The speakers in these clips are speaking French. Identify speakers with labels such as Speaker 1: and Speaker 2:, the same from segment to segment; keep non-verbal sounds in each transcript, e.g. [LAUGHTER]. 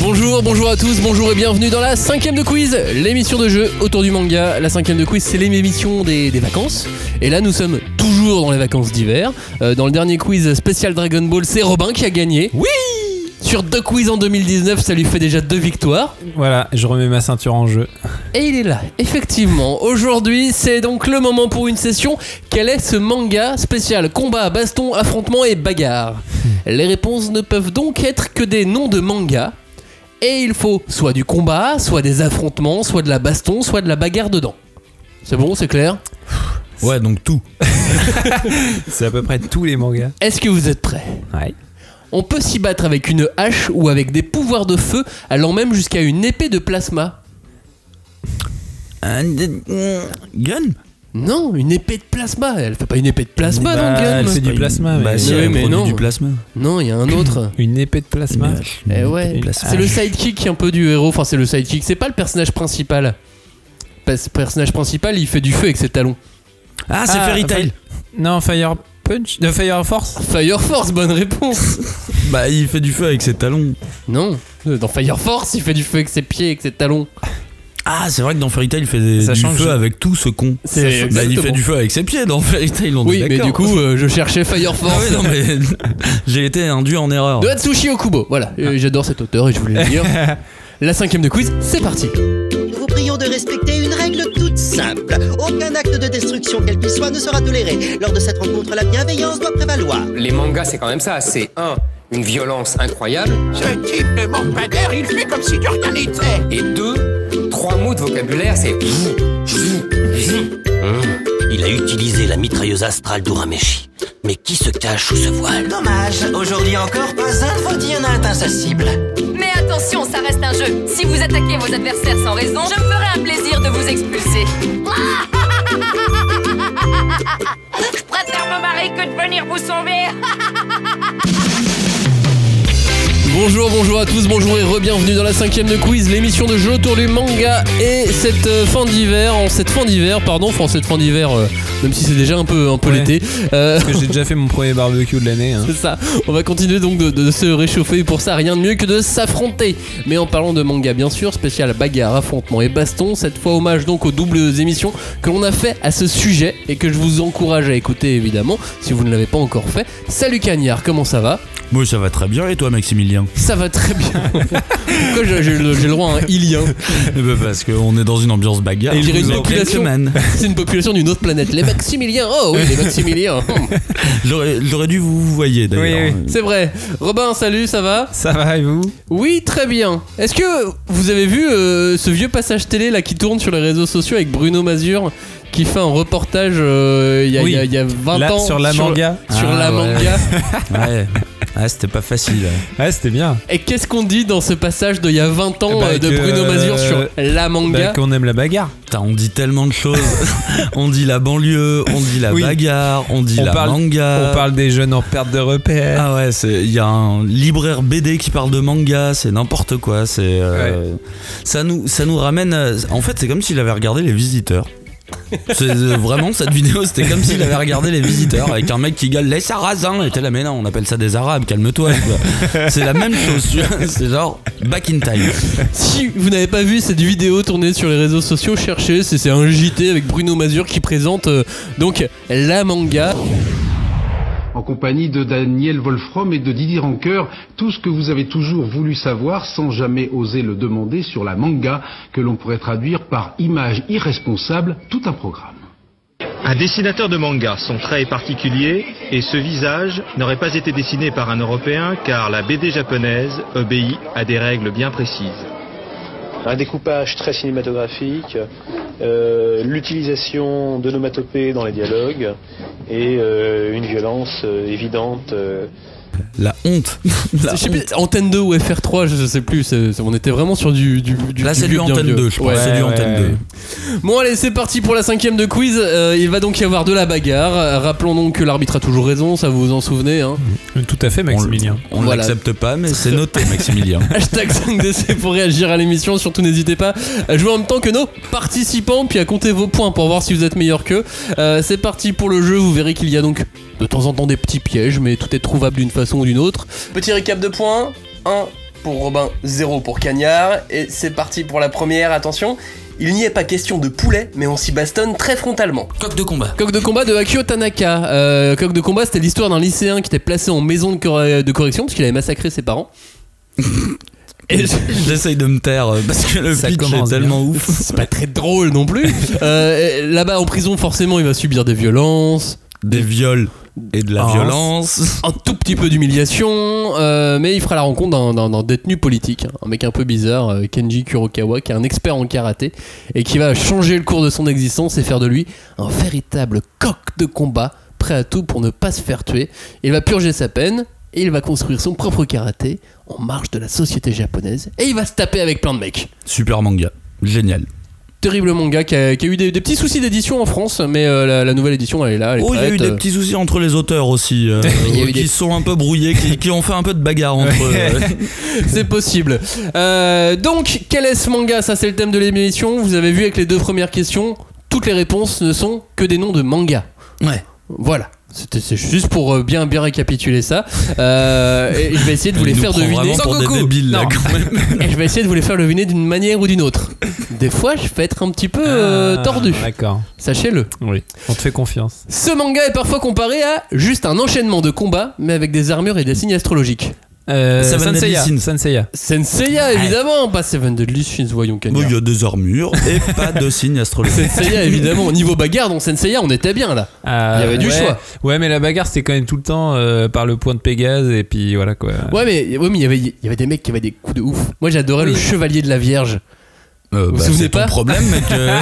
Speaker 1: Bonjour, bonjour à tous, bonjour et bienvenue dans la cinquième de quiz, l'émission de jeu autour du manga. La cinquième de quiz, c'est l'émission des, des vacances. Et là, nous sommes toujours dans les vacances d'hiver. Euh, dans le dernier quiz spécial Dragon Ball, c'est Robin qui a gagné. Oui Sur deux quiz en 2019, ça lui fait déjà deux victoires.
Speaker 2: Voilà, je remets ma ceinture en jeu.
Speaker 1: Et il est là, effectivement. Aujourd'hui, c'est donc le moment pour une session. Quel est ce manga spécial Combat, baston, affrontement et bagarre. Les réponses ne peuvent donc être que des noms de manga. Et il faut soit du combat, soit des affrontements, soit de la baston, soit de la bagarre dedans. C'est bon, c'est clair
Speaker 3: Ouais, donc tout.
Speaker 2: C'est à peu près tous les mangas.
Speaker 1: Est-ce que vous êtes prêts
Speaker 2: Ouais.
Speaker 1: On peut s'y battre avec une hache ou avec des pouvoirs de feu allant même jusqu'à une épée de plasma.
Speaker 3: Gun
Speaker 1: Non, une épée de plasma. Elle fait pas une épée de plasma
Speaker 2: Bah,
Speaker 1: dans Gun.
Speaker 2: elle fait du plasma, mais-
Speaker 3: Bah, si,
Speaker 1: Oui,
Speaker 3: elle
Speaker 1: mais
Speaker 3: produit
Speaker 1: non.
Speaker 3: du plasma.
Speaker 1: Non, il y a un autre.
Speaker 2: Une épée de plasma.
Speaker 1: Eh ouais,
Speaker 3: Plasma.
Speaker 1: c'est le sidekick un peu du héros. Enfin, c'est le sidekick. C'est pas le personnage principal. Parce que Le personnage principal, il fait du feu avec ses talons.
Speaker 3: Ah, c'est
Speaker 2: Ah,
Speaker 3: Fairy Tail.
Speaker 2: Non, Fire Punch De Fire Force
Speaker 1: Fire Force, bonne [LAUGHS] réponse.
Speaker 3: Bah, il fait du feu avec ses talons.
Speaker 1: non, dans Fire Force, il fait du feu avec ses pieds, avec ses talons.
Speaker 3: Ah, c'est vrai que dans Fairy Tail, il fait des-
Speaker 2: Ça
Speaker 3: du
Speaker 2: change.
Speaker 3: feu avec tout ce con.
Speaker 1: C'est
Speaker 3: Bah, il
Speaker 1: exactement.
Speaker 3: fait du feu avec ses pieds dans Fairy Tail, on est
Speaker 1: Oui, mais
Speaker 3: d'accord.
Speaker 1: du coup, euh, je cherchais Fire
Speaker 3: Ah
Speaker 1: Force.
Speaker 3: ouais, non, mais [LAUGHS] j'ai été induit en erreur.
Speaker 1: De Hatsushi Okubo. Voilà, euh, j'adore cet auteur et je voulais le
Speaker 3: [LAUGHS]
Speaker 1: dire. La cinquième de quiz, c'est parti.
Speaker 4: Nous vous prions de respecter une règle toute simple. Aucun acte de destruction, quel qu'il soit, ne sera toléré. Lors de cette rencontre, la bienveillance doit prévaloir.
Speaker 5: Les mangas, c'est quand même ça. C'est un, une violence incroyable.
Speaker 6: Ce type ne manque pas d'air, il fait comme si de rien n'était.
Speaker 5: Et deux, trois mots de vocabulaire, c'est.
Speaker 7: Il a utilisé la mitrailleuse astrale d'Urameshi. Mais qui se cache sous ce voile
Speaker 4: Dommage, aujourd'hui encore, pas un de vos dix n'a atteint sa cible.
Speaker 8: Mais attention, ça reste un jeu. Si vous attaquez vos adversaires sans raison, je me ferai un plaisir de vous expulser. [LAUGHS] Je préfère me marier que de venir vous sauver.
Speaker 1: Bonjour, bonjour à tous, bonjour et re-bienvenue dans la cinquième de quiz, l'émission de jeu autour du manga et cette euh, fin d'hiver, en cette fin d'hiver, pardon, enfin cette fin d'hiver, euh, même si c'est déjà un peu, un peu
Speaker 2: Ouais.
Speaker 1: l'été. euh, [LAUGHS]
Speaker 2: Parce que j'ai déjà fait mon premier barbecue de l'année. hein.
Speaker 1: C'est ça. On va continuer donc de, de se réchauffer. Pour ça, rien de mieux que de s'affronter. Mais en parlant de manga, bien sûr, spécial bagarre, affrontement et baston. Cette fois, hommage donc aux doubles émissions que l'on a fait à ce sujet et que je vous encourage à écouter évidemment si vous ne l'avez pas encore fait. Salut Cagnard, comment ça va
Speaker 3: Moi, ça va très bien, et
Speaker 1: [LAUGHS]
Speaker 3: toi, Maximilien
Speaker 1: Ça va très bien.
Speaker 2: [LAUGHS]
Speaker 1: Pourquoi j'ai j'ai le, j'ai le droit à un ilien
Speaker 3: Eh ben, Parce qu'on est dans une ambiance bagarre.
Speaker 1: Et il dirait
Speaker 3: Vous
Speaker 1: une
Speaker 3: en quelques
Speaker 1: population.
Speaker 3: semaines.
Speaker 1: [LAUGHS] C'est une population d'une autre planète. Les Maximiliens. Oh oui,
Speaker 2: [LAUGHS]
Speaker 1: les Maximiliens. Hum,
Speaker 3: J'aurais j'aurais dû vous voyer d'ailleurs.
Speaker 2: Oui,
Speaker 1: C'est vrai. Robin, salut, ça va
Speaker 2: Ça va et vous
Speaker 1: Oui, très bien. Est-ce que vous avez vu euh, ce vieux passage télé là qui tourne sur les réseaux sociaux avec Bruno Mazur qui fait un reportage euh, il y, a-
Speaker 2: Oui.
Speaker 1: il y a- il y a 20
Speaker 2: Là,
Speaker 1: ans
Speaker 2: sur la manga
Speaker 1: sur
Speaker 3: Ah,
Speaker 1: la
Speaker 3: ouais.
Speaker 1: manga.
Speaker 3: Ouais. Ah, c'était pas facile.
Speaker 2: Ouais, c'était bien.
Speaker 1: Et qu'est-ce qu'on dit dans ce passage d'il y a 20 ans
Speaker 2: Bah,
Speaker 1: euh, de
Speaker 2: que,
Speaker 1: Bruno Mazur sur
Speaker 2: euh,
Speaker 1: la manga
Speaker 2: Bah, qu'on aime la bagarre.
Speaker 3: Putain, on dit tellement de choses. [LAUGHS] on dit la banlieue, on dit la
Speaker 2: Oui.
Speaker 3: bagarre, on dit
Speaker 2: On
Speaker 3: la
Speaker 2: parle-
Speaker 3: manga.
Speaker 1: Euh.
Speaker 2: On parle des jeunes en perte de repère.
Speaker 3: Ah ouais, c'est- il y a un libraire BD qui parle de manga, c'est n'importe quoi. C'est euh, ça nous ça nous ramène. euh, En fait, c'est comme s'il avait regardé les visiteurs. C'est euh, vraiment cette vidéo, c'était comme s'il avait regardé les visiteurs avec un mec qui gueule les sarrasins. Et t'es là, mais non, on appelle ça des arabes, calme-toi. quoi. C'est la même chose, tu vois, c'est genre back in time.
Speaker 1: Si vous n'avez pas vu cette vidéo tournée sur les réseaux sociaux, cherchez, c'est c'est un JT avec Bruno Mazur qui présente euh, donc la manga.
Speaker 9: en compagnie de Daniel Wolfram et de Didier Rancœur, tout ce que vous avez toujours voulu savoir sans jamais oser le demander sur la manga que l'on pourrait traduire par image irresponsable, tout un programme.
Speaker 10: Un dessinateur de manga, son trait est particulier et ce visage n'aurait pas été dessiné par un Européen car la BD japonaise obéit à des règles bien précises.
Speaker 11: un découpage très cinématographique, euh, l'utilisation d'onomatopées dans les dialogues et euh, une violence euh, évidente. euh,
Speaker 3: La honte. La
Speaker 1: Je sais
Speaker 3: honte.
Speaker 1: plus, Antenne 2 ou FR3, je sais plus, c'est- c'est- on était vraiment sur du... du, du
Speaker 3: Là,
Speaker 1: du
Speaker 3: c'est du
Speaker 1: vieux bien
Speaker 3: antenne
Speaker 1: vieux.
Speaker 3: 2, je pense.
Speaker 1: Ouais.
Speaker 3: c'est du
Speaker 2: ouais,
Speaker 3: antenne
Speaker 2: ouais.
Speaker 3: 2.
Speaker 1: Bon allez c'est parti pour la cinquième de quiz, Euh, il va donc y avoir de la bagarre, Euh, rappelons donc que l'arbitre a toujours raison, ça vous vous en souvenez hein.
Speaker 2: Euh, Tout à fait, Maximilien.
Speaker 3: On
Speaker 1: Voilà.
Speaker 3: l'accepte pas, mais
Speaker 1: [LAUGHS]
Speaker 3: c'est noté, Maximilien.
Speaker 1: Hashtag 5DC pour réagir à l'émission, surtout n'hésitez pas à jouer en même temps que nos participants, puis à compter vos points pour voir si vous êtes meilleur qu'eux. Euh, c'est parti pour le jeu, vous verrez qu'il y a donc de temps en temps des petits pièges, mais tout est trouvable d'une façon ou d'une autre. Petit récap de points, 1 pour Robin, 0 pour Cagnard. Et c'est parti pour la première, attention. Il n'y est pas question de poulet, mais on s'y bastonne très frontalement.
Speaker 7: Coq de combat.
Speaker 1: Coq de combat de Akio Tanaka. Euh, coq de combat, c'était l'histoire d'un lycéen qui était placé en maison de, cor- de correction parce qu'il avait massacré ses parents. Et
Speaker 3: J'essaye de me taire euh, parce que le
Speaker 2: Ça
Speaker 3: pitch est
Speaker 2: commence
Speaker 3: tellement
Speaker 2: bien.
Speaker 3: ouf.
Speaker 1: [LAUGHS] C'est pas très drôle non plus. Euh, et Là-bas, en prison, forcément, il va subir des violences,
Speaker 3: Des viols et de la
Speaker 2: Ah.
Speaker 3: violence.
Speaker 1: un tout petit peu d'humiliation, euh, mais il fera la rencontre d'un- d'un d'un détenu politique, hein, un mec un peu bizarre, euh, Kenji Kurokawa, qui est un expert en karaté et qui va changer le cours de son existence et faire de lui un véritable coq de combat, prêt à tout pour ne pas se faire tuer. Il va purger sa peine. Et il va construire son propre karaté en marge de la société japonaise. Et il va se taper avec plein de mecs.
Speaker 3: Super manga. Génial.
Speaker 1: terrible manga qui a, qui a eu des, des petits soucis d'édition en France, mais euh, la, la nouvelle édition elle est là. Elle est
Speaker 3: Oh, il y a eu
Speaker 1: prête. euh.
Speaker 3: des petits soucis entre les auteurs aussi, euh,
Speaker 1: [LAUGHS] Il y a eu
Speaker 3: qui
Speaker 1: des-
Speaker 3: sont un peu brouillés, qui, qui ont fait un peu de bagarre entre euh, eux.
Speaker 1: C'est possible. Euh, donc, quel est ce manga Ça, c'est le thème de l'émission. Vous avez vu avec les deux premières questions, toutes les réponses ne sont que des noms de manga.
Speaker 3: Ouais.
Speaker 1: Voilà. C'était- C'est juste pour euh, bien, bien récapituler ça. Euh, et je vais essayer de [LAUGHS] vous les
Speaker 3: [LAUGHS] Il nous
Speaker 1: faire
Speaker 3: prend
Speaker 1: deviner.
Speaker 3: vraiment pour des
Speaker 1: Sangoku.
Speaker 3: débiles, là,
Speaker 1: Non.
Speaker 3: quand
Speaker 1: [LAUGHS]
Speaker 3: même.
Speaker 1: Et je vais essayer de vous les faire deviner d'une manière ou d'une autre. Des fois, je vais être un petit peu euh,
Speaker 2: Ah,
Speaker 1: tordu.
Speaker 2: D'accord.
Speaker 1: Sachez-le.
Speaker 2: Oui. On te fait confiance.
Speaker 1: Ce manga est parfois comparé à juste un enchaînement de combats, mais avec des armures et des signes astrologiques.
Speaker 2: Euh,
Speaker 3: Seven
Speaker 2: Senseiya.
Speaker 3: Deadly Sins.
Speaker 2: Senseiya.
Speaker 1: Senseiya, évidemment, pas Seven Deadly Sins, voyons
Speaker 3: Bon,
Speaker 1: Kanya.
Speaker 3: il y a des armures et pas de signes astrologiques.
Speaker 1: Senseiya, évidemment, au niveau bagarre, dans Senseiya, on était bien là.
Speaker 2: Euh,
Speaker 1: Il y avait du
Speaker 2: ouais.
Speaker 1: choix.
Speaker 2: Ouais, mais la bagarre, c'était quand même tout le temps euh, par le point de Pégase et puis voilà quoi.
Speaker 1: Ouais, mais ouais, mais il y avait- il y avait des mecs qui avaient des coups de ouf. Moi, j'adorais le chevalier de la Vierge.
Speaker 3: Euh,
Speaker 1: vous
Speaker 3: bah,
Speaker 1: souvenez
Speaker 3: c'est ton
Speaker 1: pas
Speaker 3: problème, mec.
Speaker 1: [LAUGHS]
Speaker 3: euh,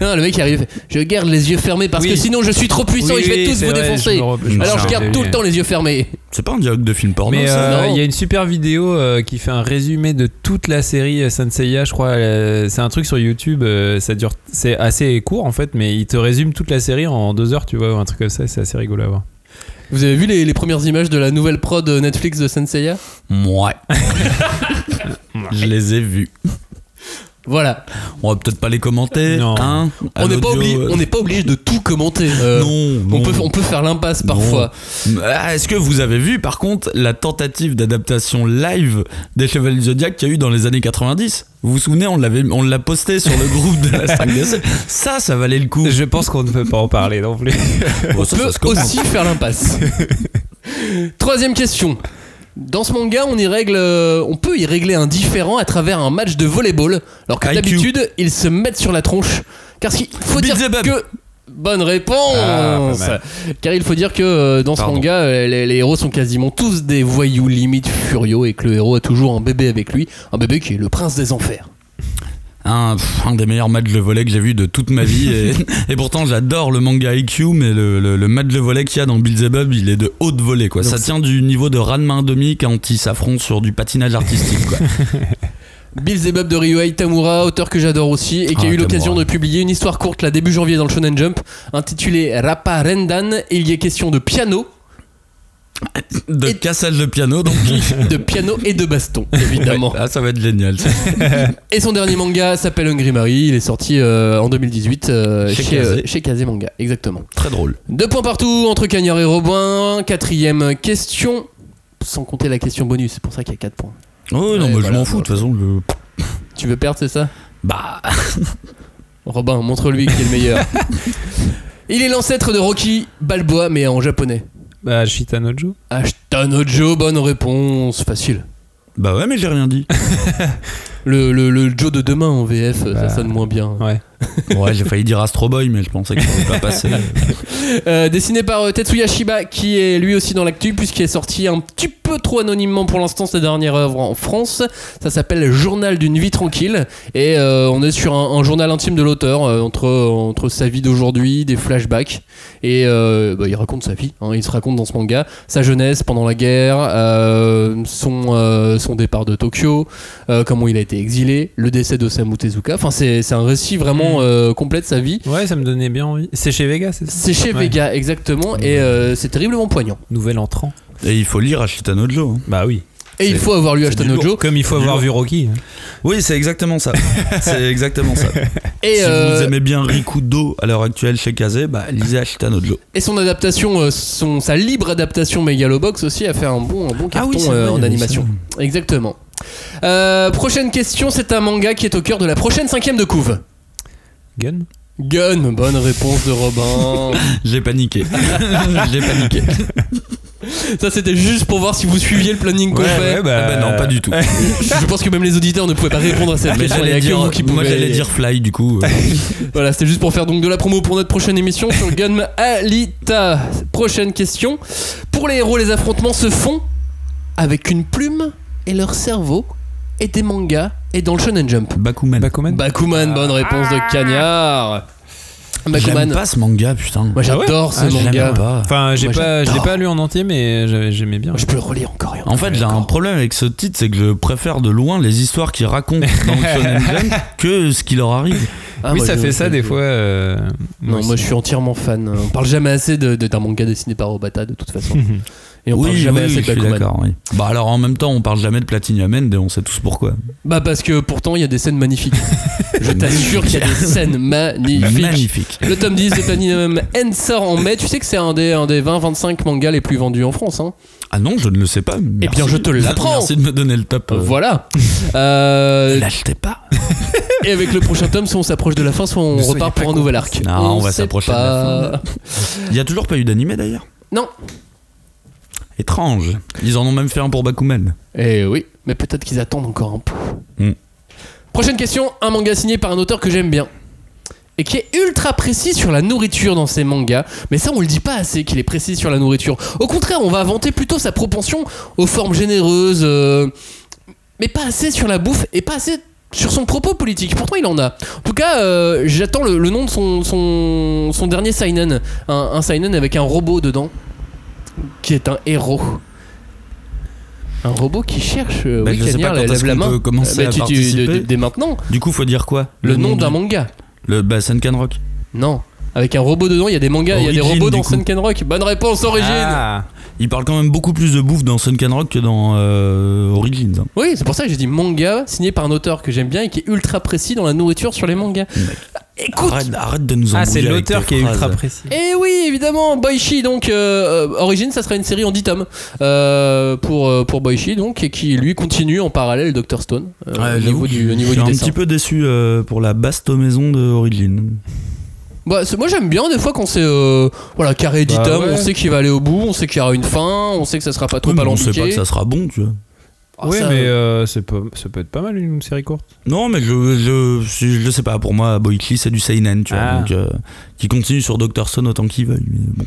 Speaker 1: Non, non, le mec qui arrive, je garde les yeux fermés parce
Speaker 2: Oui.
Speaker 1: que sinon je suis trop puissant
Speaker 2: Oui,
Speaker 1: et je vais
Speaker 2: oui,
Speaker 1: tous
Speaker 2: c'est
Speaker 1: vous
Speaker 2: vrai,
Speaker 1: défoncer.
Speaker 2: je me re- je me
Speaker 1: Alors je
Speaker 2: souviens,
Speaker 1: garde
Speaker 2: oui,
Speaker 1: tout le
Speaker 2: oui.
Speaker 1: temps les yeux fermés.
Speaker 3: c'est pas un dialogue de film porno,
Speaker 2: Mais
Speaker 3: ça
Speaker 2: euh, il
Speaker 1: non.
Speaker 2: y a une super vidéo euh, qui fait un résumé de toute la série Senseiya, je crois. euh, c'est un truc sur YouTube, euh, ça dure, c'est assez court en fait, mais il te résume toute la série en deux heures, tu vois, ou un truc comme ça. C'est assez rigolo à voir.
Speaker 1: Vous avez vu les, les premières images de la nouvelle prod euh, Netflix de Senseiya [LAUGHS]
Speaker 3: Ouais. Je les ai vus.
Speaker 1: Voilà.
Speaker 3: On va peut-être pas les commenter.
Speaker 2: Non.
Speaker 3: hein, à
Speaker 1: On n'est pas,
Speaker 3: l'audio,
Speaker 1: obli-
Speaker 3: euh,
Speaker 1: on n'est pas obligé de tout commenter. Euh,
Speaker 3: non,
Speaker 1: On
Speaker 3: non.
Speaker 1: peut, on peut faire l'impasse
Speaker 3: Non.
Speaker 1: parfois.
Speaker 3: Ah, Est-ce que vous avez vu par contre la tentative d'adaptation live des Chevaliers du Zodiac qu'il y a eu dans les années 90 Vous vous souvenez, on l'avait, on l'a posté sur le groupe
Speaker 1: [LAUGHS]
Speaker 3: de la 5DC. Ça, ça valait le coup.
Speaker 2: [LAUGHS] Je pense qu'on ne peut pas en parler non plus.
Speaker 3: Bon,
Speaker 1: On
Speaker 3: ça,
Speaker 1: peut
Speaker 3: ça se commente.
Speaker 1: aussi faire l'impasse. [LAUGHS] Troisième question. Dans ce manga, on, y règle, euh, on peut y régler un différent à travers un match de volleyball, alors que
Speaker 3: IQ.
Speaker 1: d'habitude, ils se mettent sur la tronche. Car il faut
Speaker 3: Beat
Speaker 1: dire
Speaker 3: them up.
Speaker 1: que... Bonne réponse
Speaker 2: Ah, pas mal.
Speaker 1: Car il faut dire que euh, dans ce
Speaker 3: Pardon.
Speaker 1: manga, euh, les, les héros sont quasiment tous des voyous limite furieux et que le héros a toujours un bébé avec lui, un bébé qui est le prince des enfers.
Speaker 3: un, pff, un des meilleurs matchs de volley que j'ai vu de toute ma vie. Et, [LAUGHS] et pourtant, j'adore le manga IQ, mais le, le- le match de volley qu'il y a dans Beelzebub, il est de haute volée. Quoi. Ça tient du niveau de Ranma 1,5 quand ils s'affrontent sur du patinage artistique. Quoi.
Speaker 1: Beelzebub de Ryu Tamura, auteur que j'adore aussi et qui a
Speaker 3: Ah,
Speaker 1: eu l'occasion
Speaker 3: Tamura.
Speaker 1: de publier une histoire courte là début janvier dans le Shonen Jump intitulée Rappa Rendan et il y est question de piano,
Speaker 3: De
Speaker 1: Et-
Speaker 3: cassage de piano, [LAUGHS] donc.
Speaker 1: de piano et de
Speaker 3: [LAUGHS]
Speaker 1: baston évidemment.
Speaker 3: Ah, ça va être génial. ça.
Speaker 1: Et son dernier manga s'appelle Hungry Mary, il est sorti euh, en 2018 euh,
Speaker 3: Chez
Speaker 1: chez, euh,
Speaker 3: Kazé.
Speaker 1: chez Kazé Manga, exactement.
Speaker 3: [LAUGHS] Très drôle.
Speaker 1: Deux points partout entre Cagnard et Robin, quatrième question, sans compter la question bonus, c'est pour ça qu'il y a quatre points.
Speaker 3: Oh, non,
Speaker 1: Ouais,
Speaker 3: mais je
Speaker 1: voilà,
Speaker 3: m'en fous, de toute façon. le-
Speaker 1: Tu veux perdre c'est ça
Speaker 3: Bah.
Speaker 1: Robin, montre-lui qui est le
Speaker 3: [LAUGHS]
Speaker 1: meilleur. Il est l'ancêtre de Rocky Balboa mais en japonais.
Speaker 2: [LAUGHS] Bah, Shitanoju.
Speaker 1: Ashtanojo, bonne réponse, facile.
Speaker 3: Bah ouais, mais j'ai rien [LAUGHS] dit.
Speaker 1: Le, le, le Joe de demain en VF,
Speaker 2: Bah.
Speaker 1: ça sonne moins bien.
Speaker 2: Ouais.
Speaker 3: Ouais, j'ai failli dire Astro Boy, mais je pensais que ça allait pas [LAUGHS] passer.
Speaker 1: Euh, dessiné par euh, Tetsuya Shiba, qui est lui aussi dans l'actu, puisqu'il est sorti un petit peu trop anonymement pour l'instant, sa dernière œuvre en France. Ça s'appelle Journal d'une vie tranquille. Et euh, on est sur un, un journal intime de l'auteur, euh, entre, entre sa vie d'aujourd'hui, des flashbacks. Et euh, bah, il raconte sa vie, hein. il se raconte dans ce manga, sa jeunesse pendant la guerre, euh, son, euh, son départ de Tokyo, euh, comment il a été exilé, le décès de Samu Tezuka. Enfin, c'est c'est un récit vraiment euh, complet de sa vie.
Speaker 2: Ouais, ça me donnait bien envie. C'est chez Vega, c'est ça
Speaker 1: C'est chez
Speaker 2: Ouais.
Speaker 1: Vega, exactement, et euh, c'est terriblement poignant.
Speaker 2: Nouvel entrant.
Speaker 3: Et il faut lire Ashitano Joe. hein.
Speaker 2: Bah oui.
Speaker 1: Et il
Speaker 3: C'est-
Speaker 1: faut avoir lu
Speaker 3: c'est
Speaker 1: Ashton
Speaker 3: du lourd.
Speaker 1: Ojo.
Speaker 2: Comme il faut avoir hein. vu Rocky.
Speaker 3: Oui, c'est exactement ça. C'est exactement [LAUGHS] ça.
Speaker 1: Et,
Speaker 3: si
Speaker 1: euh,
Speaker 3: vous aimez bien Rikudo à l'heure actuelle chez Kazé, bah lisez Ashitano Joe.
Speaker 1: et son adaptation, euh, son, sa libre adaptation Megalobox aussi a fait un bon, un bon carton
Speaker 3: c'est
Speaker 1: euh,
Speaker 3: vrai,
Speaker 1: en
Speaker 3: Ah oui,
Speaker 1: animation.
Speaker 3: c'est
Speaker 1: Exactement. Euh, prochaine question, c'est un manga qui est au cœur de la prochaine cinquième de couve.
Speaker 2: Gun
Speaker 1: Gun, bonne réponse de
Speaker 3: [LAUGHS]
Speaker 1: Robin.
Speaker 3: [LAUGHS] J'ai paniqué. J'ai paniqué.
Speaker 1: Ça c'était juste pour voir si vous suiviez le planning qu'on
Speaker 3: Ouais,
Speaker 1: fait.
Speaker 3: ouais, bah, Ah bah non, pas du [LAUGHS] tout.
Speaker 1: Je pense que même les auditeurs ne pouvaient pas répondre à cette
Speaker 3: Mais
Speaker 1: question. Il y a
Speaker 3: j'allais
Speaker 1: que
Speaker 3: dire,
Speaker 1: vous qui
Speaker 3: moi
Speaker 1: pouvez-
Speaker 3: j'allais dire fly du coup. euh.
Speaker 1: Voilà, c'était juste pour faire donc de la promo pour notre prochaine émission sur Gun Alita. Prochaine question. Pour les héros, les affrontements se font avec une plume et leur cerveau et des mangas et dans le Shonen Jump.
Speaker 3: Bakuman.
Speaker 2: Bakuman.
Speaker 1: bonne réponse de Cagnard. Bakuman.
Speaker 3: J'aime pas ce manga, putain.
Speaker 1: Moi j'adore
Speaker 3: Ah,
Speaker 1: ce
Speaker 3: je l'aime
Speaker 1: manga.
Speaker 3: pas.
Speaker 2: Enfin, j'ai
Speaker 1: Moi,
Speaker 2: pas, je l'ai
Speaker 1: j'adore.
Speaker 2: pas lu en entier, mais j'avais- j'aimais bien.
Speaker 1: Je peux le relire encore. et encore.
Speaker 3: En fait, j'ai un problème avec ce titre, c'est que je préfère de loin les histoires qu'ils racontent dans
Speaker 1: [LAUGHS]
Speaker 3: le Shonen Jump que ce qui leur arrive.
Speaker 1: Ah,
Speaker 2: oui,
Speaker 1: moi,
Speaker 2: ça
Speaker 1: je-
Speaker 2: fait ça
Speaker 1: je-
Speaker 2: des
Speaker 1: je-
Speaker 2: fois. euh,
Speaker 1: Non,
Speaker 2: aussi.
Speaker 1: moi je suis entièrement fan. On parle jamais assez de, de- d'un manga dessiné par Obata de toute façon. Et on parle
Speaker 3: Oui,
Speaker 1: jamais
Speaker 3: oui,
Speaker 1: assez
Speaker 3: je
Speaker 1: de
Speaker 3: suis
Speaker 1: Bakuman.
Speaker 3: d'accord. oui. Bah alors en même temps, on parle jamais de Platinum End et on sait tous pourquoi.
Speaker 1: Bah parce que pourtant il y a des scènes magnifiques. Je t'assure qu'il y a des scènes magnifiques.
Speaker 3: Magnifique.
Speaker 1: Le tome 10 de Platinum End sort en mai. Tu sais que c'est un des, un des 20-25 mangas les plus vendus en France. Hein.
Speaker 3: Ah non, je ne le sais pas.
Speaker 1: Eh bien, je te l'apprends.
Speaker 3: Merci de me donner le top. euh.
Speaker 1: Voilà. Euh,
Speaker 3: L'achetez pas.
Speaker 1: et avec le prochain tome, soit on s'approche de la fin, soit on
Speaker 2: Ne soyez
Speaker 1: repart
Speaker 2: pas
Speaker 1: pour un nouvel arc.
Speaker 3: Non, on va
Speaker 1: sait
Speaker 3: s'approcher de la
Speaker 1: pas.
Speaker 3: Il y a toujours pas eu d'animé d'ailleurs.
Speaker 1: Non.
Speaker 3: Étrange. Ils en ont même fait un pour Bakuman.
Speaker 1: Eh oui, mais peut-être qu'ils attendent encore un peu.
Speaker 3: Hmm.
Speaker 1: Prochaine question, un manga signé par un auteur que j'aime bien. Et qui est ultra précis sur la nourriture dans ses mangas. Mais ça, on le dit pas assez qu'il est précis sur la nourriture. Au contraire, on va inventer plutôt sa propension aux formes généreuses. euh, mais pas assez sur la bouffe et pas assez sur son propos politique. Pourtant, il en a. En tout cas, euh, j'attends le, le nom de son, son, son dernier seinen. Un, un seinen avec un robot dedans. Qui est un héros. Un robot qui cherche. euh,
Speaker 3: Bah,
Speaker 1: oui,
Speaker 3: je sais
Speaker 1: Cagnard,
Speaker 3: pas quand
Speaker 1: lève
Speaker 3: est-ce
Speaker 1: la
Speaker 3: qu'on
Speaker 1: main.
Speaker 3: peut commencer
Speaker 1: Mais
Speaker 3: à
Speaker 1: tu- tu-
Speaker 3: participer.
Speaker 1: dès- dès maintenant,
Speaker 3: Du coup, faut dire quoi
Speaker 1: le nom d'un
Speaker 3: du-
Speaker 1: manga.
Speaker 3: Le bah, Sunken Rock.
Speaker 1: Non. Avec un robot dedans, il y a des mangas, il y a des
Speaker 3: Origine,
Speaker 1: robots
Speaker 3: du
Speaker 1: dans
Speaker 3: coup.
Speaker 1: Sunken Rock. Bonne réponse, Origine
Speaker 2: Ah,
Speaker 3: Il parle quand même beaucoup plus de bouffe dans Sunken Rock que dans euh, Origins. hein.
Speaker 1: Oui, c'est pour ça que j'ai dit manga signé par un auteur que j'aime bien et qui est ultra précis dans la nourriture sur les mangas. Écoute
Speaker 3: Arrête, arrête de nous embrouiller.
Speaker 2: Ah, c'est
Speaker 3: avec
Speaker 2: l'auteur
Speaker 3: tes
Speaker 2: qui est ultra
Speaker 3: phrases.
Speaker 2: précis.
Speaker 1: Eh oui, évidemment, Boichi, donc euh, euh, Origine, ça sera une série en 10 tomes euh, pour, euh, pour Boichi, donc, et qui lui continue en parallèle Dr. Stone euh,
Speaker 3: Ouais,
Speaker 1: au
Speaker 3: j'avoue,
Speaker 1: niveau du, au niveau
Speaker 3: je
Speaker 1: du
Speaker 3: suis un
Speaker 1: dessin.
Speaker 3: petit peu déçu euh, pour la basse maison de Origin.
Speaker 1: Bah, c'est- moi j'aime bien des fois quand c'est euh, voilà, carré 10
Speaker 2: Bah
Speaker 1: tomes, on
Speaker 2: ouais.
Speaker 1: sait qu'il va aller au bout, on sait qu'il y aura une fin, on sait que ça sera pas trop
Speaker 3: Ouais, mais on
Speaker 1: alambiqué.
Speaker 3: sait pas que ça sera bon, tu vois.
Speaker 1: Ah,
Speaker 2: oui,
Speaker 1: ça,
Speaker 2: mais euh, c'est pas- ça peut être pas mal une série courte.
Speaker 3: Non, mais je, je, je, je sais pas. Pour moi, Boichi, c'est du Seinen, tu vois.
Speaker 2: Ah.
Speaker 3: Donc, euh, qui continue sur Dr. Stone autant qu'il veuille. Mais bon,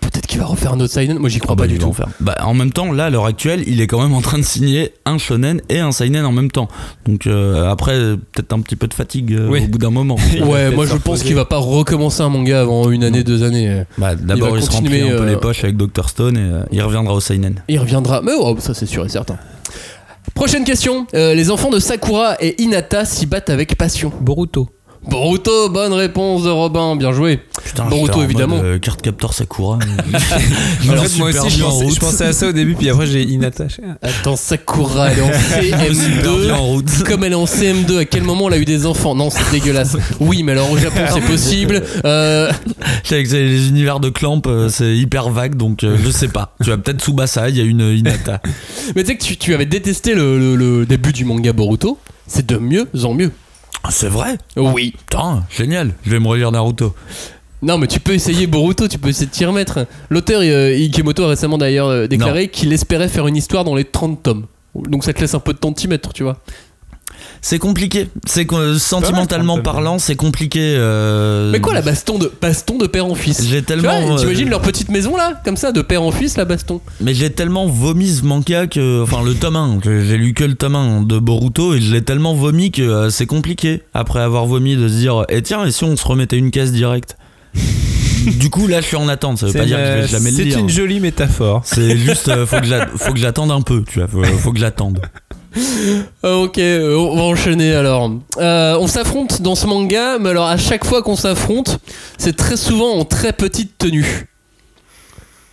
Speaker 1: Peut-être qu'il va refaire un autre seinen, moi j'y crois
Speaker 3: Ah bah,
Speaker 1: pas
Speaker 3: ils
Speaker 1: du
Speaker 3: vont
Speaker 1: tout.
Speaker 3: faire. Bah, en même temps, là, à l'heure actuelle, il est quand même en train de signer un shonen et un seinen en même temps. Donc euh, après, euh, peut-être un petit peu de fatigue euh,
Speaker 2: Oui.
Speaker 3: au bout d'un moment.
Speaker 2: Il
Speaker 1: [LAUGHS]
Speaker 2: va
Speaker 1: Ouais,
Speaker 2: peut-être
Speaker 1: moi je
Speaker 2: se
Speaker 1: pense
Speaker 2: reposer.
Speaker 1: qu'il va pas recommencer un manga avant une année, deux années.
Speaker 3: Bah,
Speaker 1: Il
Speaker 3: D'abord,
Speaker 1: va
Speaker 3: il, se
Speaker 1: continuer,
Speaker 3: remplit un peu
Speaker 1: euh,
Speaker 3: les poches avec Dr. Stone et euh, il reviendra au seinen.
Speaker 1: Il reviendra, mais oh, ça c'est sûr et certain. Prochaine question. Euh, les enfants de Sakura et Hinata s'y battent avec passion.
Speaker 2: Boruto.
Speaker 1: Boruto, bonne réponse de Robin, bien joué.
Speaker 3: Putain,
Speaker 1: Boruto,
Speaker 3: j'étais en mode,
Speaker 1: évidemment.
Speaker 3: euh, carte capteur [LAUGHS] Sakura.
Speaker 2: En
Speaker 3: Alors,
Speaker 2: fait, moi
Speaker 3: super
Speaker 2: aussi, je
Speaker 3: bien en
Speaker 2: pensais,
Speaker 3: route.
Speaker 2: je pensais à ça au début, puis après, j'ai inattaché.
Speaker 1: Attends, Sakura,
Speaker 3: [LAUGHS]
Speaker 1: elle est en
Speaker 3: Super bien
Speaker 1: CM2.
Speaker 3: en route.
Speaker 1: [LAUGHS] Comme elle est en CM2, à quel moment elle a eu des enfants Non, c'est dégueulasse. Oui, mais alors au Japon
Speaker 3: Ah
Speaker 1: c'est possible. Euh,
Speaker 3: Tu sais, Avec les univers de Clamp, euh, c'est hyper vague, donc euh, je sais pas. Tu as peut-être Tsubasa, il y a une Inata.
Speaker 1: mais tu sais que tu, tu avais détesté le, le- le début du manga Boruto. C'est de mieux en mieux.
Speaker 3: Ah, c'est vrai
Speaker 1: Oui.
Speaker 3: Putain, génial. Je vais me relire Naruto.
Speaker 1: Non, mais tu peux essayer Boruto, tu peux essayer de t'y remettre. L'auteur euh, Ikemoto a récemment d'ailleurs euh, déclaré qu'il espérait faire une histoire dans les 30 tomes. Donc ça te laisse un peu de temps de t'y mettre, tu vois.
Speaker 3: C'est compliqué. C'est qu'on- sentimentalement
Speaker 2: Clamp, mais-
Speaker 3: parlant, c'est compliqué. euh,
Speaker 1: Mais quoi la baston de baston de père en fils
Speaker 3: J'ai
Speaker 1: Tu vois,
Speaker 3: tellement, euh,
Speaker 1: t'imagines leur petite maison là, comme ça, de père en fils, la baston.
Speaker 3: mais j'ai tellement vomi ce manga que, enfin le tome 1, que j'ai lu que le tome 1 de Boruto et je l'ai tellement vomi que euh, c'est compliqué. Après avoir vomi de se dire, eh tiens, et si on se remettait une
Speaker 2: [LAUGHS]
Speaker 3: case directe Du coup là je suis en attente, ça veut
Speaker 2: C'est
Speaker 3: pas dire que je
Speaker 2: une- euh,
Speaker 3: vais jamais le
Speaker 2: c'est
Speaker 3: lire. hein.
Speaker 2: une jolie métaphore.
Speaker 3: C'est juste, euh, faut que j'a- faut que j'attende un peu, tu vois, faut, faut que j'attende.
Speaker 1: Ah, ok, euh, on va enchaîner alors. Euh, on s'affronte dans ce manga, mais alors à chaque fois qu'on s'affronte, c'est très souvent en très petite tenue.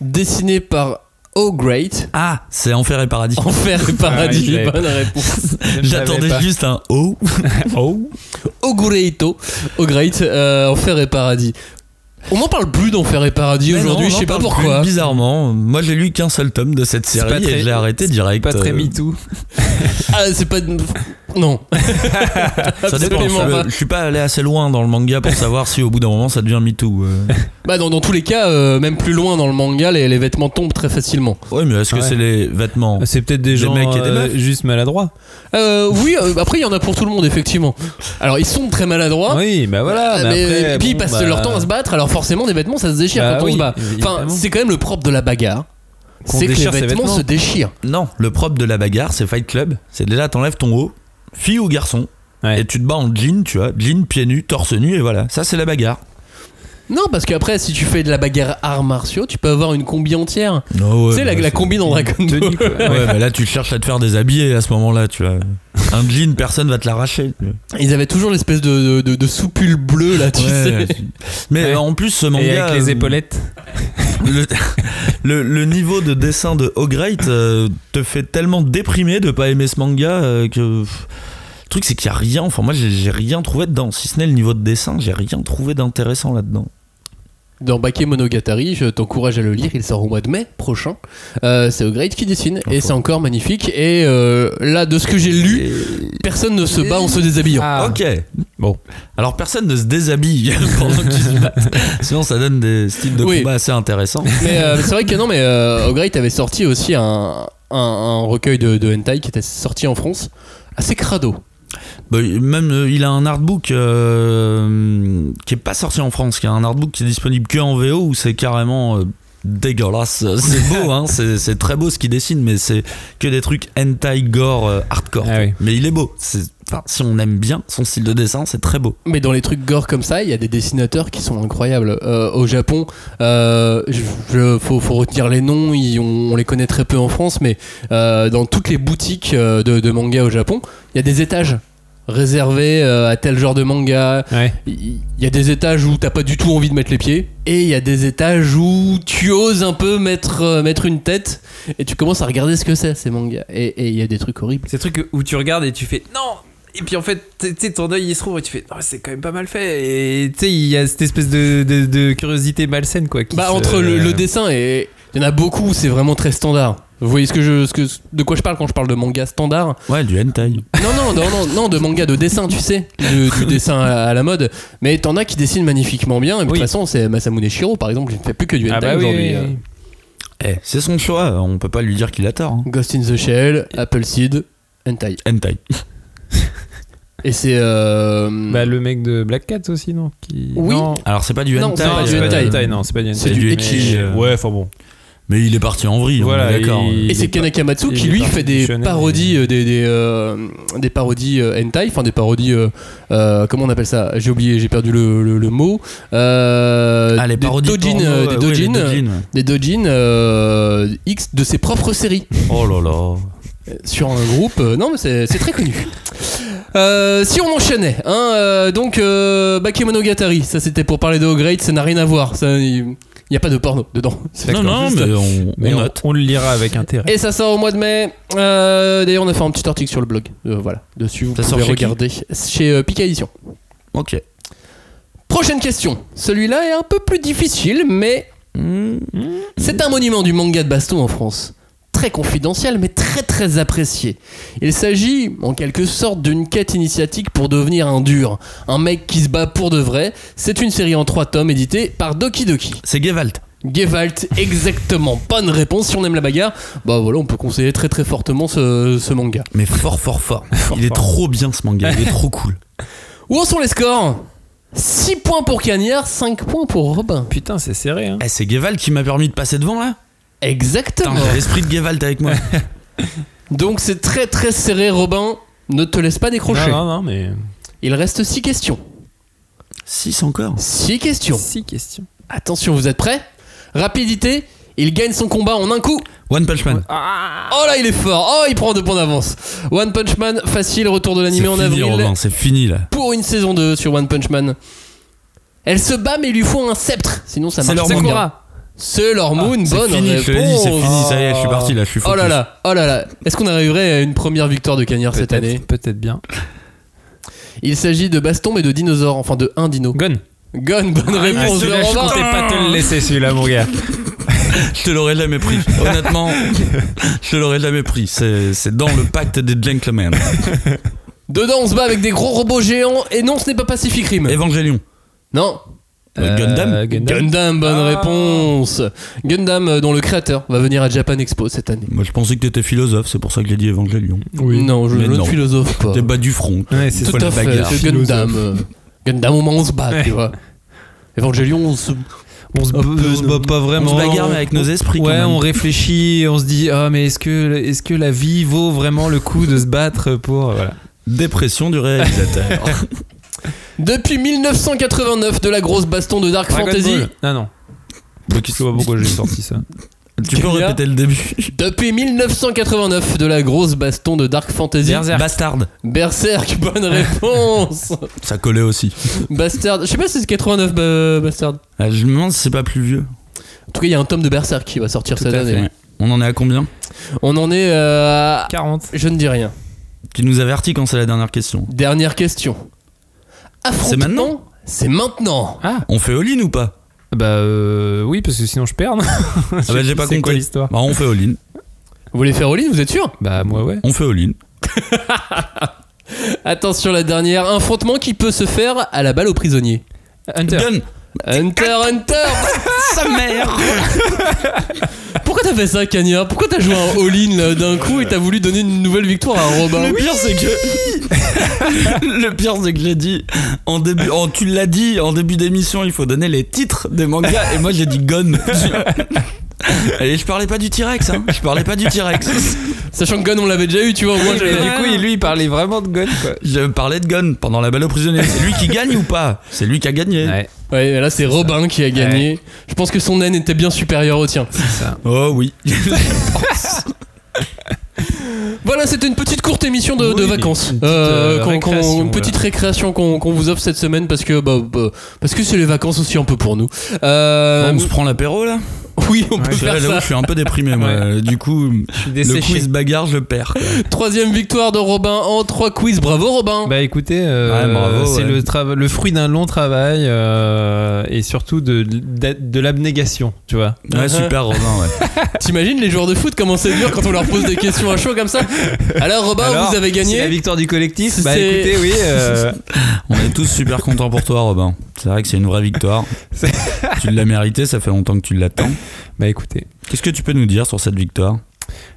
Speaker 1: Dessiné par Oh Great,
Speaker 3: Ah, c'est Enfer et Paradis.
Speaker 1: [LAUGHS] Enfer et
Speaker 2: Ah, il
Speaker 1: Paradis,
Speaker 2: l'avait
Speaker 1: bonne réponse.
Speaker 2: Oh, Je ne savais
Speaker 3: [LAUGHS] J'attendais
Speaker 2: pas.
Speaker 3: juste un oh.
Speaker 2: [LAUGHS] Oh.
Speaker 1: Ogureito, au Great, euh, Enfer et Paradis. On m'en parle plus d'Enfer et Paradis
Speaker 3: Mais non,
Speaker 1: aujourd'hui,
Speaker 3: on
Speaker 1: je
Speaker 3: en
Speaker 1: sais pas
Speaker 3: parle
Speaker 1: pourquoi.
Speaker 3: plus, bizarrement, moi j'ai lu qu'un seul tome de cette
Speaker 1: C'est pas
Speaker 3: série
Speaker 1: très-
Speaker 3: et je l'ai arrêté
Speaker 1: c'est
Speaker 3: direct.
Speaker 1: pas très
Speaker 3: euh,
Speaker 1: MeToo. Ah, c'est pas. Non.
Speaker 3: Ça dépend.
Speaker 1: Absolument
Speaker 3: Je,
Speaker 1: pas.
Speaker 3: je suis pas allé assez loin dans le
Speaker 1: [LAUGHS]
Speaker 3: manga pour savoir si au bout d'un moment ça devient MeToo. euh.
Speaker 1: Bah, dans, dans tous les cas, euh, même plus loin dans le manga, les, les vêtements tombent très facilement.
Speaker 3: Oui, mais est-ce que
Speaker 1: Ouais.
Speaker 3: c'est les vêtements
Speaker 2: C'est peut-être des gens
Speaker 3: mecs et des
Speaker 2: euh,
Speaker 3: meufs
Speaker 2: juste maladroits.
Speaker 1: Euh, oui, euh, après, il y en a pour tout le monde, effectivement. Alors, ils sont très maladroits.
Speaker 2: Oui, bah voilà. mais après,
Speaker 1: et Oh. Ah, puis, ils
Speaker 2: bon,
Speaker 1: passent
Speaker 2: bah-
Speaker 1: leur temps à se battre, alors forcément, des vêtements, ça se déchire
Speaker 2: Bah
Speaker 1: quand on
Speaker 2: oui,
Speaker 1: se bat. Enfin,
Speaker 2: évidemment.
Speaker 1: c'est quand même le propre de la bagarre.
Speaker 3: Qu'on
Speaker 1: C'est que les
Speaker 3: déchire ses
Speaker 1: vêtements,
Speaker 3: vêtements.
Speaker 1: se déchirent.
Speaker 3: Non, le propre de la bagarre, c'est Fight Club. C'est déjà, t'enlèves ton haut, fille ou garçon, et tu te bats en jean, tu vois, jean, pieds nus, torse nu, et voilà. Ça, c'est la bagarre.
Speaker 1: Non, parce qu'après, si tu fais de la bagarre arts martiaux, tu peux avoir une combi entière.
Speaker 3: Non, ouais,
Speaker 1: tu sais, la,
Speaker 3: bah,
Speaker 1: la combi dans Dragon [LAUGHS] Ball.
Speaker 3: Ouais, mais là, tu cherches à te faire déshabiller à ce moment-là, tu vois. Un jean, personne va
Speaker 1: [LAUGHS]
Speaker 3: te l'arracher. tu vois.
Speaker 1: Ils avaient toujours l'espèce de, de, de, de soupule bleue, là, tu sais.
Speaker 3: Ouais, Mais euh, en plus, ce manga.
Speaker 2: avec les épaulettes.
Speaker 3: Le, [LAUGHS] le- le niveau de dessin de O'Great euh, te fait tellement déprimer de pas aimer ce manga euh, que. pff, Le truc, c'est qu'il y a rien. Enfin, moi, j'ai j'ai rien trouvé dedans. Si ce n'est le niveau de dessin, j'ai rien trouvé d'intéressant là-dedans.
Speaker 1: Dans Bakemonogatari, je t'encourage à le lire, il sort au mois de mai prochain. Euh, c'est O'Grade qui dessine et c'est encore magnifique. Et euh, là, de ce que j'ai lu, personne ne se bat en se déshabillant.
Speaker 3: Ok. Bon. Alors, personne ne se déshabille [LAUGHS] pendant qu'ils se battent. Sinon, ça donne des styles de
Speaker 1: Oui.
Speaker 3: combat assez intéressants.
Speaker 1: Mais euh, c'est vrai que non, mais euh, O'Grate avait sorti aussi un, un, un recueil de, de hentai qui était sorti en France, assez crado.
Speaker 3: Bah, même euh, il a un artbook euh, qui est pas sorti en France, qui a un artbook qui est disponible que en VO où c'est carrément euh, dégueulasse. [LAUGHS] C'est beau, hein, c'est c'est très beau ce qu'il dessine, mais c'est que des trucs hentai gore euh, hardcore.
Speaker 2: Ah
Speaker 3: Mais il est beau. C'est- enfin, si on aime bien son style de dessin, c'est très beau.
Speaker 1: Mais dans les trucs gore comme ça, il y a des dessinateurs qui sont incroyables. Euh, au Japon, euh, je, je- faut, faut retenir les noms, ils- on, on les connaît très peu en France, mais euh, dans toutes les boutiques euh, de, de manga au Japon, il y a des étages réservés euh, à tel genre de manga. Il il y a des étages où t'as pas du tout envie de mettre les pieds, et il y a des étages où tu oses un peu mettre, euh, mettre une tête, et tu commences à regarder ce que c'est ces mangas. Et et il y a des trucs horribles.
Speaker 2: Ces trucs où tu regardes et tu fais non et puis en fait, tu sais, ton œil il se rouvre et tu fais non, c'est quand même pas mal fait. Et tu sais, il y a cette espèce de, de- de curiosité malsaine quoi. qui
Speaker 1: Bah
Speaker 2: se-
Speaker 1: entre le,
Speaker 3: euh,
Speaker 1: le dessin et il y en a beaucoup, c'est vraiment très standard. Vous voyez ce que je, ce que, de quoi je parle quand je parle de manga standard
Speaker 3: Ouais, du hentai.
Speaker 1: Non, non, non, non, non, de manga de dessin, tu sais, de- du dessin à, à la mode. Mais t'en as qui dessinent magnifiquement bien. Et de toute façon, c'est Masamune Shiro, par exemple, il ne fait plus que du hentai
Speaker 3: Ah bah oui,
Speaker 1: aujourd'hui.
Speaker 3: oui,
Speaker 1: euh.
Speaker 3: oui. Eh, c'est son choix, on peut pas lui dire qu'il a tort. hein.
Speaker 1: Ghost in the Shell, Appleseed, hentai.
Speaker 3: Hentai.
Speaker 1: Et c'est. euh,
Speaker 2: Bah, le mec de Black Cat aussi, non qui...
Speaker 1: Oui.
Speaker 2: Non.
Speaker 3: Alors c'est pas du hentai.
Speaker 1: Non, c'est pas du
Speaker 3: euh,
Speaker 1: hentai.
Speaker 2: non, c'est pas du hentai.
Speaker 1: C'est du
Speaker 2: Mais-
Speaker 1: ecchi,
Speaker 3: euh.
Speaker 2: Ouais, enfin bon.
Speaker 3: Mais il est parti en vrille, on
Speaker 2: Voilà,
Speaker 3: est d'accord.
Speaker 1: hein.
Speaker 2: il-
Speaker 1: Et c'est Kanakamatsu qui lui fait des parodies, euh, des, des, euh, des parodies euh, hentai, enfin des parodies, euh, euh, comment on appelle ça J'ai oublié, j'ai perdu le, le- le mot. Euh,
Speaker 3: Ah, les
Speaker 1: des
Speaker 3: parodies
Speaker 1: dojin, euh,
Speaker 3: porno,
Speaker 1: des
Speaker 3: euh, oui, les
Speaker 1: dojin, euh,
Speaker 3: dojin, ouais.
Speaker 1: des dojin, euh, X de ses propres séries
Speaker 3: Oh là là.
Speaker 1: sur un groupe. euh, non, mais c'est c'est très connu. [LAUGHS] Euh, si on enchaînait, hein, euh, donc euh, Bakemonogatari, ça c'était pour parler de O'Grade, ça n'a rien à voir, ça, il n'y a pas de porno dedans. C'est
Speaker 3: Non, non,
Speaker 1: juste-
Speaker 3: mais on,
Speaker 2: Mais
Speaker 3: on
Speaker 2: on,
Speaker 3: note.
Speaker 2: on le lira avec intérêt.
Speaker 1: et ça sort au mois de mai. Euh, D'ailleurs, on a fait un petit article sur le blog. Euh, voilà, dessus vous
Speaker 3: Ça sort
Speaker 1: pouvez
Speaker 3: chez qui
Speaker 1: regarder chez euh, Pika Édition.
Speaker 3: Ok.
Speaker 1: Prochaine question. Celui-là est un peu plus difficile, mais c'est un monument du manga de baston en France. Très confidentiel, mais très très apprécié. Il s'agit en quelque sorte d'une quête initiatique pour devenir un dur, un mec qui se bat pour de vrai. C'est une série en trois tomes éditée par Doki Doki.
Speaker 3: C'est Gewalt.
Speaker 1: Gewalt, exactement. Bonne réponse. Si on aime la bagarre, bah voilà, on peut conseiller très très fortement ce, ce manga.
Speaker 3: Mais fort, fort, fort. Il est trop bien ce manga, il est trop cool.
Speaker 1: Où en sont les scores 6 points pour Cagnard, 5 points pour Robin.
Speaker 2: Putain, c'est serré. Hein.
Speaker 3: Eh, c'est Gewalt qui m'a permis de passer devant là
Speaker 1: Exactement.
Speaker 3: Putain, j'ai l'esprit de Gewalt avec moi.
Speaker 1: Donc c'est très très serré, Robin. Ne te laisse pas décrocher.
Speaker 2: Non, non, non, mais.
Speaker 1: Il reste 6 questions.
Speaker 3: 6 encore
Speaker 1: 6 questions.
Speaker 2: Six questions.
Speaker 1: Attention, vous êtes prêts Rapidité, il gagne son combat en un coup.
Speaker 3: One Punch Man.
Speaker 1: Oh là, il est fort. Oh, il prend deux points d'avance. One Punch Man, facile, retour de
Speaker 3: C'est
Speaker 1: l'animé en
Speaker 3: fini,
Speaker 1: avril.
Speaker 3: Romain, c'est fini là.
Speaker 1: pour une saison 2 sur One Punch Man. Elle se bat mais il lui faut un sceptre, sinon ça marche pas.
Speaker 3: Sailor Moon. hein. Ah,
Speaker 1: Sakura. Sailor Moon,
Speaker 3: c'est
Speaker 1: bonne
Speaker 3: fini,
Speaker 1: réponse.
Speaker 3: je te l'ai dit, c'est fini, ça y est, je suis parti, là, je suis
Speaker 1: Oh là
Speaker 3: focus.
Speaker 1: là, oh là là. Est-ce qu'on arriverait à une première victoire de Cagnard cette
Speaker 2: Peut-être-
Speaker 1: année
Speaker 2: Peut-être bien.
Speaker 1: Il s'agit de baston mais de dinosaures, enfin de un dino.
Speaker 2: Gun.
Speaker 1: Gun, bonne
Speaker 2: Ah,
Speaker 1: réponse de
Speaker 2: celui-là, je
Speaker 1: Romain.
Speaker 2: comptais pas te le laisser celui-là, mon gars.
Speaker 3: Je te l'aurais jamais pris. Honnêtement, je te l'aurais jamais pris. C'est c'est dans le pacte des gentlemen.
Speaker 1: Dedans, on se bat avec des gros robots géants. Et non, ce n'est pas Pacific Rim.
Speaker 3: Evangelion.
Speaker 1: Non.
Speaker 3: Euh, Gundam
Speaker 1: Gundam. bonne réponse. Gundam, euh, dont le créateur va venir à Japan Expo cette année.
Speaker 3: Moi, je pensais que t'étais philosophe, c'est pour ça que j'ai dit Evangelion.
Speaker 1: Oui. Non, je
Speaker 3: Mais
Speaker 1: ne
Speaker 3: non.
Speaker 1: philosophe pas.
Speaker 3: T'es bas du front.
Speaker 2: Ouais, c'est
Speaker 1: Tout
Speaker 3: Faut la
Speaker 1: à fait,
Speaker 3: bagarre.
Speaker 1: c'est Gundam. euh, Gundam, au moins on se bat, tu vois. Evangelion, on se.
Speaker 2: On se,
Speaker 1: peu,
Speaker 2: on se bat pas vraiment.
Speaker 3: on se bagarre, mais avec nos esprits, quand
Speaker 2: Ouais,
Speaker 3: même.
Speaker 2: on réfléchit, on se dit ah mais est-ce que est-ce que la vie vaut vraiment le coup de se battre pour euh, voilà.
Speaker 3: Dépression du réalisateur.
Speaker 1: Depuis 1989, de la grosse baston de Dark
Speaker 2: Dragon
Speaker 1: Fantasy.
Speaker 2: Ball. Ah non. Je sais pas pourquoi j'ai sorti ça.
Speaker 3: tu peux
Speaker 1: Kenya.
Speaker 3: répéter le début
Speaker 1: Depuis 1989, de la grosse baston de Dark Fantasy.
Speaker 2: Berserk.
Speaker 3: Bastard.
Speaker 1: Berserk, [LAUGHS] bonne réponse.
Speaker 3: Ça collait aussi.
Speaker 1: Bastard. Je sais pas si c'est 89, ba- Bastard. En
Speaker 3: Ah, Je me demande si c'est pas plus vieux.
Speaker 1: tout cas, il y a un tome de Berserk qui va sortir cette
Speaker 3: à
Speaker 1: année.
Speaker 3: fait. Ouais. On en est à combien
Speaker 1: On en est euh, à-
Speaker 2: 40.
Speaker 1: Je ne dis rien.
Speaker 3: Tu nous avertis quand c'est la dernière question.
Speaker 1: Dernière question. Affrontement.
Speaker 3: C'est maintenant
Speaker 1: C'est maintenant.
Speaker 2: Ah
Speaker 3: On fait all-in ou pas
Speaker 2: [LAUGHS] bah euh, oui parce que sinon je perds. [LAUGHS]
Speaker 3: Ah bah j'ai pas
Speaker 2: C'est quoi
Speaker 3: compris.
Speaker 2: l'histoire
Speaker 3: Bah on fait all-in.
Speaker 1: Vous voulez faire Oli, vous êtes sûr
Speaker 2: Bah moi ouais.
Speaker 3: On fait all-in.
Speaker 1: Attention la dernière. Un affrontement qui peut se faire à la balle aux prisonniers.
Speaker 2: Hunter.
Speaker 3: Gun
Speaker 1: Hunter,
Speaker 2: [LAUGHS]
Speaker 1: Hunter
Speaker 3: Sa mère
Speaker 1: [LAUGHS] Pourquoi t'as fait ça, Kanya Pourquoi t'as joué un all-in là, d'un coup et t'as voulu donner une nouvelle victoire à Robin
Speaker 3: Le pire c'est que. [LAUGHS] le pire c'est que j'ai dit en début. Oh, tu l'as dit en début d'émission, il faut donner les titres des mangas et moi j'ai dit
Speaker 2: [LAUGHS]
Speaker 3: Gun. Et je parlais pas du T-Rex, hein. Je parlais pas
Speaker 2: [LAUGHS]
Speaker 3: du T-Rex.
Speaker 1: Sachant que Gun, on l'avait déjà eu, tu vois. au moins,
Speaker 2: Et
Speaker 1: j'avais-
Speaker 2: du coup, il- lui, il parlait vraiment de gun quoi.
Speaker 3: Je parlais de Gun pendant la balle au prisonnier. C'est lui qui gagne ou pas C'est lui qui a gagné.
Speaker 2: Ouais.
Speaker 1: Ouais, mais là c'est Robin qui a gagné. Je pense que son haine était bien supérieure au tien.
Speaker 3: Oh [LAUGHS] oui.
Speaker 1: Voilà, c'était une petite courte émission de, de
Speaker 2: Oui,
Speaker 1: vacances.
Speaker 2: une petite,
Speaker 1: Euh,
Speaker 2: euh,
Speaker 1: qu'on- qu'on-
Speaker 2: récréation,
Speaker 1: une petite récréation qu'on qu'on vous offre cette semaine parce que bah, bah, parce que c'est les vacances aussi un peu pour nous. Euh,
Speaker 3: [LAUGHS] on se prend l'apéro là
Speaker 1: [LAUGHS] oui, on peut
Speaker 3: Je suis-
Speaker 1: faire
Speaker 3: j'avoue,
Speaker 1: ça.
Speaker 3: je suis un peu déprimé moi.
Speaker 2: Ouais.
Speaker 3: Euh, Du coup, le
Speaker 2: desséché.
Speaker 3: quiz bagarre, je perds. quoi.
Speaker 1: Troisième victoire de Robin en trois quiz. Bravo Robin.
Speaker 2: Bah écoutez, euh,
Speaker 3: Ouais, bravo,
Speaker 2: c'est
Speaker 3: ouais.
Speaker 2: le, trava- le fruit d'un long travail euh, et surtout de, de, de l'abnégation, tu vois.
Speaker 3: Ouais, super Robin, ouais.
Speaker 1: T'imagines les joueurs de foot comment c'est dur quand on leur pose des questions à chaud comme ça. Alors Robin,
Speaker 2: Alors,
Speaker 1: Bah, vous avez
Speaker 2: C'est la
Speaker 1: gagné.
Speaker 2: victoire du collectif. Bah
Speaker 1: C'est-
Speaker 2: écoutez, oui. euh,
Speaker 3: On est tous super contents pour toi Robin. C'est vrai que c'est une vraie victoire. tu l'as mérité, ça fait longtemps que tu l'attends.
Speaker 2: bah écoutez,
Speaker 3: Qu'est-ce que tu peux nous dire sur cette victoire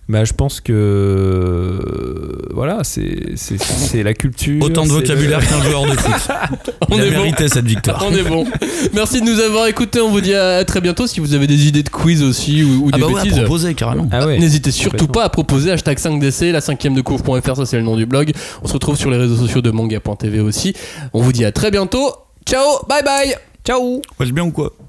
Speaker 2: bah je pense que euh, voilà, c'est c'est- c'est la culture.
Speaker 3: Autant de
Speaker 2: c'est
Speaker 3: vocabulaire
Speaker 2: le-
Speaker 3: qu'un joueur de foot.
Speaker 1: On
Speaker 3: Il a
Speaker 1: est bon.
Speaker 3: mérité cette victoire.
Speaker 1: On est bon. Merci de nous avoir écoutés. On vous dit à à très bientôt. Si vous avez des idées de quiz aussi ou, ou
Speaker 3: Ah
Speaker 1: des
Speaker 3: bah ouais,
Speaker 1: bêtises.
Speaker 3: proposé carrément.
Speaker 2: Ah ouais.
Speaker 1: N'hésitez surtout
Speaker 2: complètement.
Speaker 1: pas à proposer hashtag 5DC, la cinquième de couvre.fr, ça c'est le nom du blog. On se retrouve sur les réseaux sociaux de manga.tv aussi. On vous dit à très bientôt. Ciao, bye bye. Ciao.
Speaker 3: Ouais, j'ai bien ou quoi